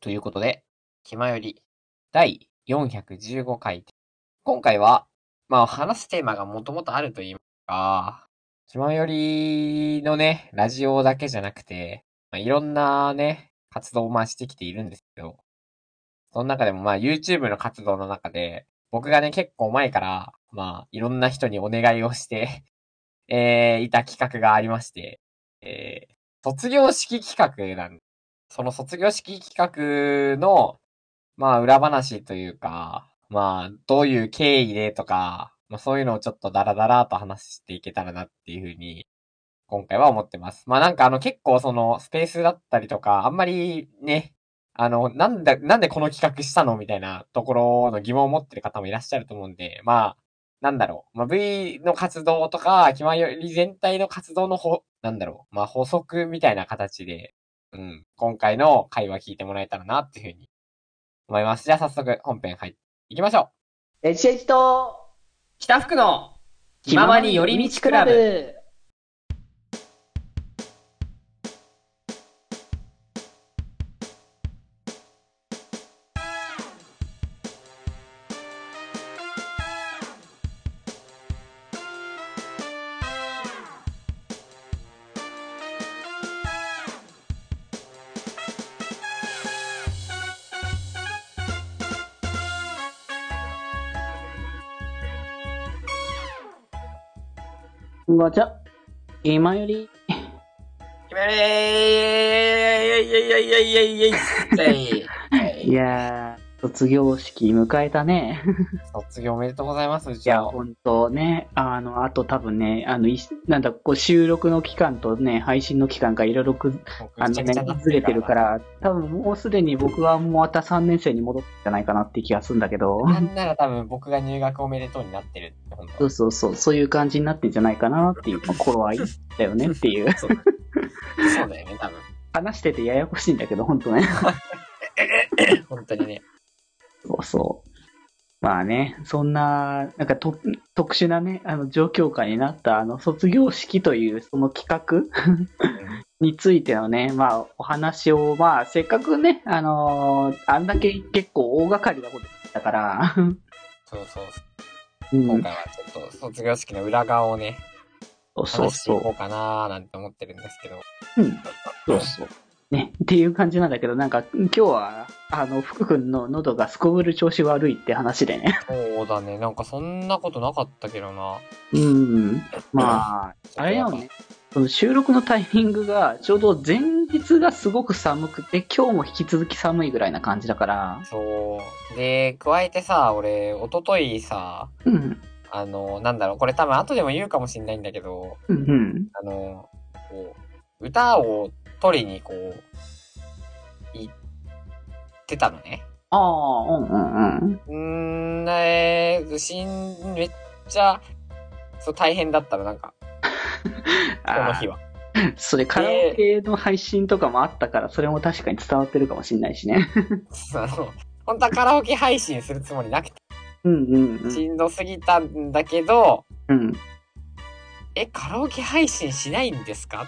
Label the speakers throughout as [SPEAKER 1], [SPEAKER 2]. [SPEAKER 1] ということで、気まより第415回。今回は、まあ話すテーマがもともとあると言いますか、気まよりのね、ラジオだけじゃなくて、まあ、いろんなね、活動をまあしてきているんですけど、その中でもまあ YouTube の活動の中で、僕がね、結構前から、まあいろんな人にお願いをして えー、いた企画がありまして、えー、卒業式企画なんその卒業式企画の、まあ、裏話というか、まあ、どういう経緯でとか、まあ、そういうのをちょっとダラダラと話していけたらなっていうふうに、今回は思ってます。まあ、なんかあの、結構その、スペースだったりとか、あんまりね、あの、なんだ、なんでこの企画したのみたいなところの疑問を持ってる方もいらっしゃると思うんで、まあ、なんだろう。まあ、V の活動とか、気まより全体の活動のほ、なんだろう。まあ、補足みたいな形で、うん、今回の会話聞いてもらえたらな、っていうふうに思います。じゃあ早速本編入っていきましょ
[SPEAKER 2] う。HH と
[SPEAKER 1] 北福の気ままに寄り道クラブ。
[SPEAKER 2] ガチャ。今より。
[SPEAKER 1] 今よりー
[SPEAKER 2] いやー、卒業式迎えたね。
[SPEAKER 1] 卒業おめでとうございます、う
[SPEAKER 2] いや、ほんとね、あの、あと多分ね、あの、いなんだ、こう、収録の期間とね、配信の期間がいろいろく、あのね、ずれてるから、多分もうすでに僕はもうまた3年生に戻ってんじゃないかなって気がするんだけど。
[SPEAKER 1] なんなら多分僕が入学おめでとうになってるって、本
[SPEAKER 2] そうそうそう、そういう感じになってんじゃないかなっていう、まあ、頃合いだよねっていう。
[SPEAKER 1] そうそうだよね、多分。
[SPEAKER 2] 話しててややこしいんだけど、ほんとね。
[SPEAKER 1] 本当にね。
[SPEAKER 2] そうそう。まあね、そんな、なんかと特殊なね、あの状況下になったあの卒業式というその企画についてのね、まあお話を、まあせっかくね、あのー、あんだけ結構大掛かりなことだから
[SPEAKER 1] そうそう、うん、今回はちょっと卒業式の裏側をね、
[SPEAKER 2] そうそうそう。
[SPEAKER 1] こうかなーなんて思ってるんですけど。
[SPEAKER 2] うん、そうそう。ね、っていう感じなんだけど、なんか今日は、あの、福君の喉がすこぶる調子悪いって話でね。
[SPEAKER 1] そうだね、なんかそんなことなかったけどな。
[SPEAKER 2] うん、まあ、あれよね。その収録のタイミングが、ちょうど前日がすごく寒くて、今日も引き続き寒いぐらいな感じだから。
[SPEAKER 1] そう。で、加えてさ、俺、おとといさ、
[SPEAKER 2] うん、
[SPEAKER 1] あの、なんだろう、これ多分後でも言うかもしんないんだけ
[SPEAKER 2] ど、うんうん、
[SPEAKER 1] あの、こう、歌を取りにこう、行ってたのね。。
[SPEAKER 2] ああ、うんうんうん
[SPEAKER 1] うん、えー、しん、めっちゃ、そう、大変だったの、なんか。この日は。
[SPEAKER 2] それ、カラオケの配信とかもあったから、それも確かに伝わってるかもしんないし ね。
[SPEAKER 1] あの、本当はカラオケ配信するつもりなくて。
[SPEAKER 2] うんうん、うん、
[SPEAKER 1] しんどすぎたんだけど、
[SPEAKER 2] うん。
[SPEAKER 1] え、カラオケ配信しないんです か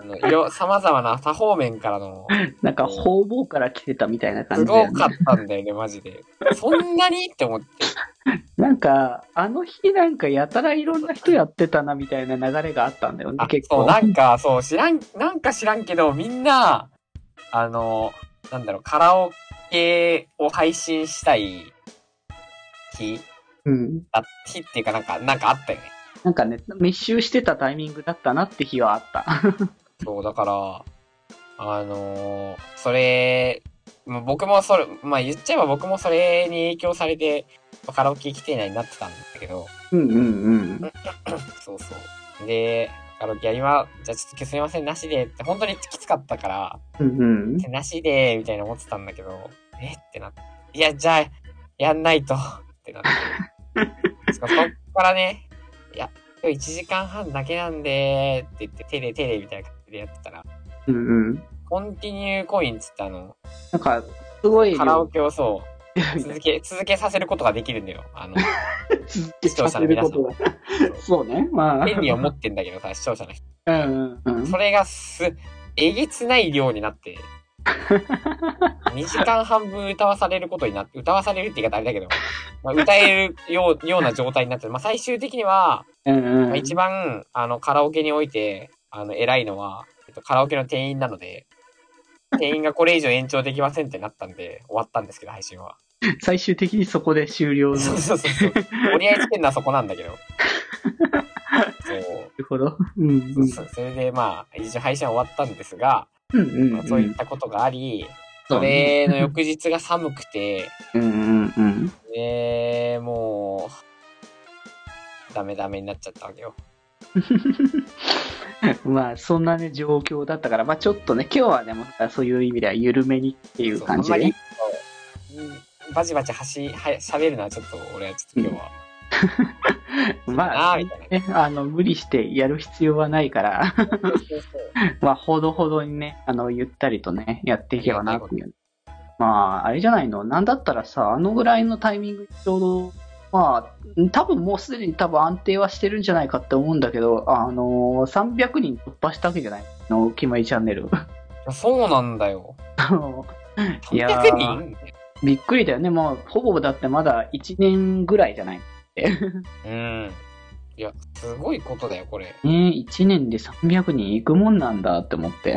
[SPEAKER 1] あの、いろ、様々な多方面からの。
[SPEAKER 2] なんか、方々から来てたみたいな感
[SPEAKER 1] じ、ね、すごかったんだよね、マジで。そんなにって思って。
[SPEAKER 2] なんか、あの日なんかやたらいろんな人やってたな、みたいな流れがあったんだよね、結
[SPEAKER 1] 構。そう、なんか、そう、知らん、なんか知らんけど、みんな、あの、なんだろう、カラオケを配信したい日
[SPEAKER 2] うん。
[SPEAKER 1] あ日っていうか、なんか、なんかあったよね。
[SPEAKER 2] なんかね、密集してたタイミングだったなって日はあった。
[SPEAKER 1] そう、だから、あのー、それ、まあ、僕もそれ、まあ言っちゃえば僕もそれに影響されて、カラオケ来てないになってたんだけど。
[SPEAKER 2] うんうんうん。
[SPEAKER 1] そうそう。で、カラオケやりま、じゃあちょっとすいません、なしでって、本当にきつかったから、
[SPEAKER 2] うんうん。
[SPEAKER 1] なしで、みたいな思ってたんだけど、えってなって、いや、じゃあ、やんないと、ってなって。 そこからね、いや、今日1時間半だけなんで、って言って、テレテレみたいな感じでやってたら、
[SPEAKER 2] うんうん。
[SPEAKER 1] コンティニューコインつってあの、
[SPEAKER 2] なんか、すごい。
[SPEAKER 1] カラオケをそう、続け、続けさせることができるんだよ。あ の、
[SPEAKER 2] 続けさせることが。 そうね、まあ。
[SPEAKER 1] 権利を持ってんだけどさ、視聴者の人。
[SPEAKER 2] うんうん、うん、
[SPEAKER 1] それがす、えげつない量になって、 2時間半分歌わされることになって、歌わされるって言い方あれだけど、まあ、歌えるようような状態になってる、まあ、最終的には、
[SPEAKER 2] うん
[SPEAKER 1] ま
[SPEAKER 2] う
[SPEAKER 1] あ、
[SPEAKER 2] ん。
[SPEAKER 1] 一番、あの、カラオケにおいて、あの、偉いのは、えっと、カラオケの店員なので、店員がこれ以上延長できませんってなったんで、終わったんですけど、配信は。
[SPEAKER 2] 最終的にそこで終了の。
[SPEAKER 1] そう
[SPEAKER 2] な
[SPEAKER 1] そうそうそう。折り合いつけるのはそこなんだけど。そう
[SPEAKER 2] るほど。うんうん。
[SPEAKER 1] そうそう。それで、まあ、一応配信は終わったんですが、
[SPEAKER 2] うんうん
[SPEAKER 1] ま
[SPEAKER 2] う
[SPEAKER 1] あ
[SPEAKER 2] ん。
[SPEAKER 1] そういったことがあり、
[SPEAKER 2] そ
[SPEAKER 1] そう
[SPEAKER 2] ね
[SPEAKER 1] れの翌日が寒くて、
[SPEAKER 2] うんうんうん。
[SPEAKER 1] で、もう、ダメダメになっちゃったわけよ。
[SPEAKER 2] まあそんなね状況だったから、まあちょっとね、今日はね、またそういう意味では緩めにっていう感じ
[SPEAKER 1] そうあんまり
[SPEAKER 2] で、ね、
[SPEAKER 1] うんバチバチはし、は喋るのはちょっと、俺はちょっと今日は。
[SPEAKER 2] まあ
[SPEAKER 1] あーみたいな
[SPEAKER 2] ね、あの無理してやる必要はないから、
[SPEAKER 1] そうそう
[SPEAKER 2] まあほどほどにね、あのゆったりとね、やっていけばなっていう。まああれじゃないの、なんだったらさ、あのぐらいのタイミングちょうど、まあ多分もうすでに多分安定はしてるんじゃないかって思うんだけど、あの300人突破したわけじゃないの、キマイチャンネル。
[SPEAKER 1] そうなんだよ。
[SPEAKER 2] あのいやー
[SPEAKER 1] 300人
[SPEAKER 2] びっくりだよね。もう、ほぼだってまだ1年ぐらいじゃない。
[SPEAKER 1] うん。いや、すごいことだよ、これ。
[SPEAKER 2] ね1年で300人行くもんなんだって思って。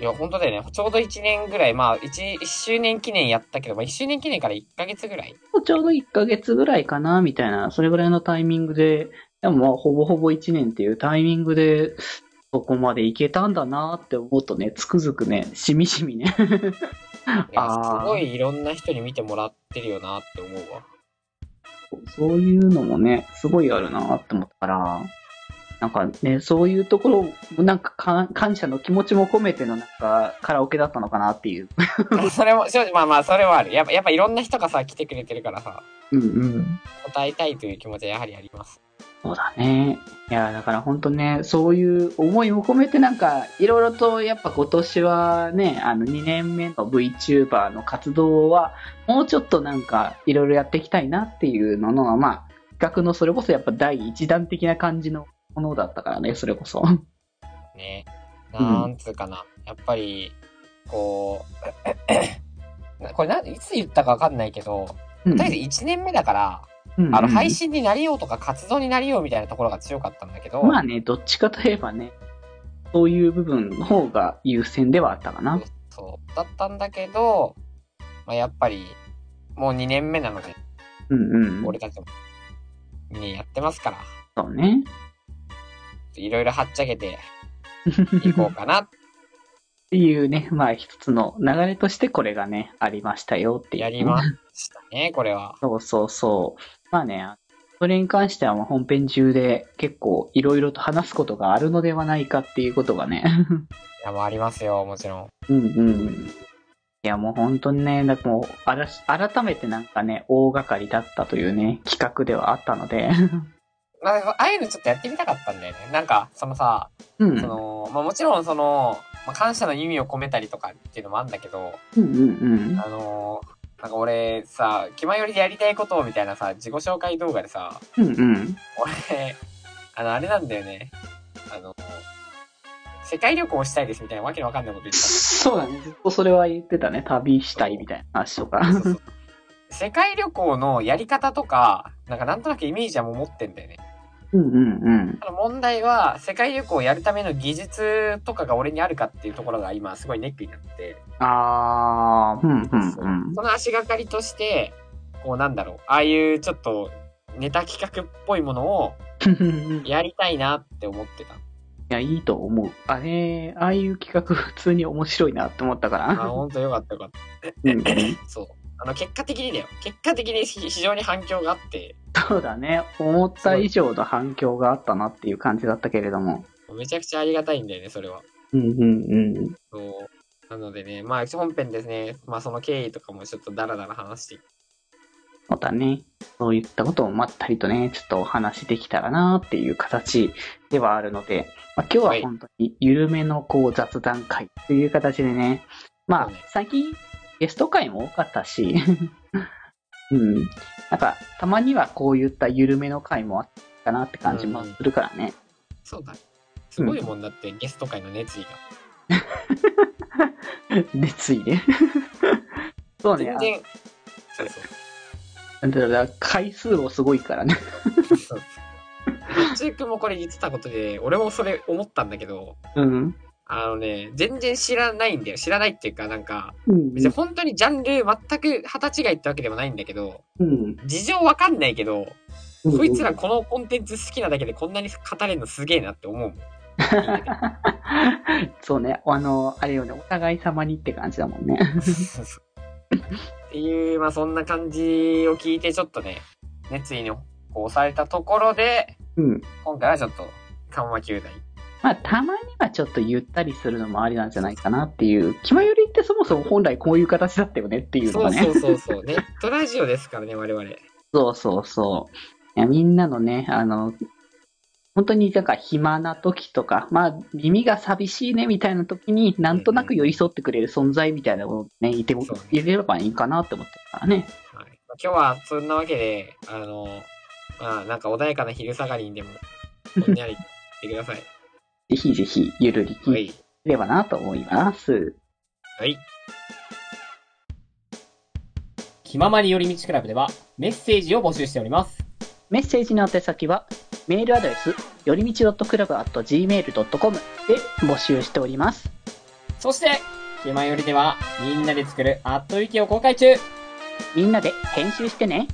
[SPEAKER 1] いや、本当だよね。ちょうど1年ぐらい、まあ1、1周年記念やったけど、まあ、1周年記念から1ヶ月ぐらい。
[SPEAKER 2] ちょうど1ヶ月ぐらいかな、みたいな、それぐらいのタイミングで、でもまあ、ほぼほぼ1年っていうタイミングで、そこまで行けたんだなって思うとね、つくづくね、しみしみね。
[SPEAKER 1] いや、
[SPEAKER 2] あー
[SPEAKER 1] すごいいろんな人に見てもらってるよなって思うわ。
[SPEAKER 2] そういうのもね、すごいあるなって思ったから、なんかね、そういうところ、なんかか感謝の気持ちも込めての、なんか、カラオケだったのかなっていう。
[SPEAKER 1] それも、正直まあまあ、それはある。やっぱ、やっぱいろんな人がさ、来てくれてるからさ、
[SPEAKER 2] うんうん。
[SPEAKER 1] 答えたいという気持ちはやはりあります。
[SPEAKER 2] そうだね。いや、だから本当ね、そういう思いも込めてなんか、いろいろとやっぱ今年はね、あの2年目の VTuber の活動は、もうちょっとなんか、いろいろやっていきたいなっていうのの、まあ、企画のそれこそやっぱ第一弾的な感じのものだったからね、それこそ。
[SPEAKER 1] ね。
[SPEAKER 2] うん
[SPEAKER 1] なんつうかな。やっぱり、こう、 これな、いつ言ったかわかんないけど、
[SPEAKER 2] うん
[SPEAKER 1] とりあえず1年目だから、
[SPEAKER 2] うん
[SPEAKER 1] あの、配信になりようとか活動になりようみたいなところが強かったんだけど、
[SPEAKER 2] まあね、どっちかといえばね、そういう部分の方が優先ではあったかな。
[SPEAKER 1] そう、だったんだけど、まあ、やっぱり、もう2年目なので、
[SPEAKER 2] うんうん。
[SPEAKER 1] 俺たちも2年やってますから、
[SPEAKER 2] そうね。
[SPEAKER 1] いろいろはっちゃけ ていこうかな、
[SPEAKER 2] っていうね、まあ一つの流れとしてこれがね、ありましたよっていう、
[SPEAKER 1] やりましたね、これは。
[SPEAKER 2] そうそうそう。まあね、それに関してはもう本編中で結構いろいろと話すことがあるのではないかっていうことがね。
[SPEAKER 1] いや、もうありますよ、もちろん。
[SPEAKER 2] うんうん。いやもう本当にね、だからもうあらし改めてなんかね、大掛かりだったというね、企画ではあったの で。
[SPEAKER 1] まあ、ああいうのちょっとやってみたかったんだよね。なんか、そのさ、
[SPEAKER 2] うん。
[SPEAKER 1] その、まあもちろんその、まあ、感謝の意味を込めたりとかっていうのもあるんだけど、
[SPEAKER 2] うんうんうん。
[SPEAKER 1] あのーなんか俺さ、気前よりでやりたいことをみたいなさ、自己紹介動画でさ、
[SPEAKER 2] うんうん。
[SPEAKER 1] 俺、あの、あれなんだよね。あの世界旅行したいですみたいなわけのわかんないこと言って
[SPEAKER 2] そうだね、ずっとそれは言ってたね、旅したいみたいな話とか
[SPEAKER 1] た。。そうそうそう世界旅行のやり方とか、なんかなんとなくイメージはもう持ってんだよね。
[SPEAKER 2] うんうんうん。
[SPEAKER 1] ただ問題は、世界旅行をやるための技術とかが俺にあるかっていうところが今すごいネックになって、
[SPEAKER 2] あー、うんうん
[SPEAKER 1] そう
[SPEAKER 2] うん。
[SPEAKER 1] その足がかりとして、こうなんだろう、ああいうちょっとネタ企画っぽいものを
[SPEAKER 2] い
[SPEAKER 1] やりたいなって思ってた。
[SPEAKER 2] や、いいと思う。あれ、ああいう企画普通に面白いなって思ったか
[SPEAKER 1] あ、
[SPEAKER 2] ら。
[SPEAKER 1] ほんとよかったよかった。
[SPEAKER 2] うん
[SPEAKER 1] そう。あの、結果的にだよ。結果的に非非常に反響があって、
[SPEAKER 2] そうだね。思った以上の反響があったなっていう感じだったけれども。
[SPEAKER 1] めちゃくちゃありがたいんだよね、それは。
[SPEAKER 2] うんうんうん。
[SPEAKER 1] そう。なのでね、まあ本編ですね、まあその経緯とかもちょっとダラダラ話してい
[SPEAKER 2] そうだね。そういったことをまったりとね、ちょっとお話できたらなっていう形ではあるので、まあ、今
[SPEAKER 1] は
[SPEAKER 2] 日
[SPEAKER 1] い
[SPEAKER 2] は本当に緩めのこう雑談会という形でね、ま
[SPEAKER 1] そ
[SPEAKER 2] あ
[SPEAKER 1] うね、
[SPEAKER 2] 最近ゲスト会も多かったし、 うん。なんか、たまにはこういった緩めの会もあったかなって感じもするからね。
[SPEAKER 1] そうだ。すごいもんだって、ゲスト界の熱意が。
[SPEAKER 2] 熱意ね。 そうね
[SPEAKER 1] 全。然、そうそう。
[SPEAKER 2] あだから回数もすごいからね。
[SPEAKER 1] 中君もこれ言ってたことで、俺もそれ思ったんだけど、
[SPEAKER 2] うん。
[SPEAKER 1] あのね、全然知らないんだよ。知らないっていうか、なんか、
[SPEAKER 2] うん
[SPEAKER 1] 別に本当にジャンル全く旗違いってわけでもないんだけど、
[SPEAKER 2] うん。
[SPEAKER 1] 事情わかんないけど、
[SPEAKER 2] うん
[SPEAKER 1] こいつらこのコンテンツ好きなだけでこんなに語れるのすげえなって思うもん。
[SPEAKER 2] そうね。あの、あれよね。お互い様にって感じだもんね。
[SPEAKER 1] っていう、まあそんな感じを聞いて、ちょっとね、熱意にこう押されたところで、
[SPEAKER 2] うん。
[SPEAKER 1] 今回はちょっと、緩和球大。
[SPEAKER 2] まあ、たまにはちょっとゆったりするのもありなんじゃないかなっていう。気まよりってそもそも本来こういう形だったよねっていうの
[SPEAKER 1] そ
[SPEAKER 2] が
[SPEAKER 1] う
[SPEAKER 2] ね。
[SPEAKER 1] そうそうそう。ネットラジオですからね、我々。
[SPEAKER 2] そうそうそう。いやみんなのね、あの、本当になんか暇な時とか、まあ耳が寂しいねみたいな時になんとなく寄り添ってくれる存在みたいなものをね、いても
[SPEAKER 1] そうね、
[SPEAKER 2] いれればいいかなって思ってるからね。
[SPEAKER 1] はい、今日はそんなわけで、あの、まあなんか穏やかな昼下がりにでも、ぼんやりしてくだ さい。
[SPEAKER 2] ぜひぜひゆるり聞
[SPEAKER 1] はい
[SPEAKER 2] て
[SPEAKER 1] い。
[SPEAKER 2] ればなと思います。
[SPEAKER 1] はい。気ままに寄り道クラブではメッセージを募集しております。
[SPEAKER 2] メッセージの宛先は、メールアドレス、よりみち .club.gmail.com で募集しております。
[SPEAKER 1] そして、気まよりではみんなで作るあっという間を公開中
[SPEAKER 2] みんなで編集してね。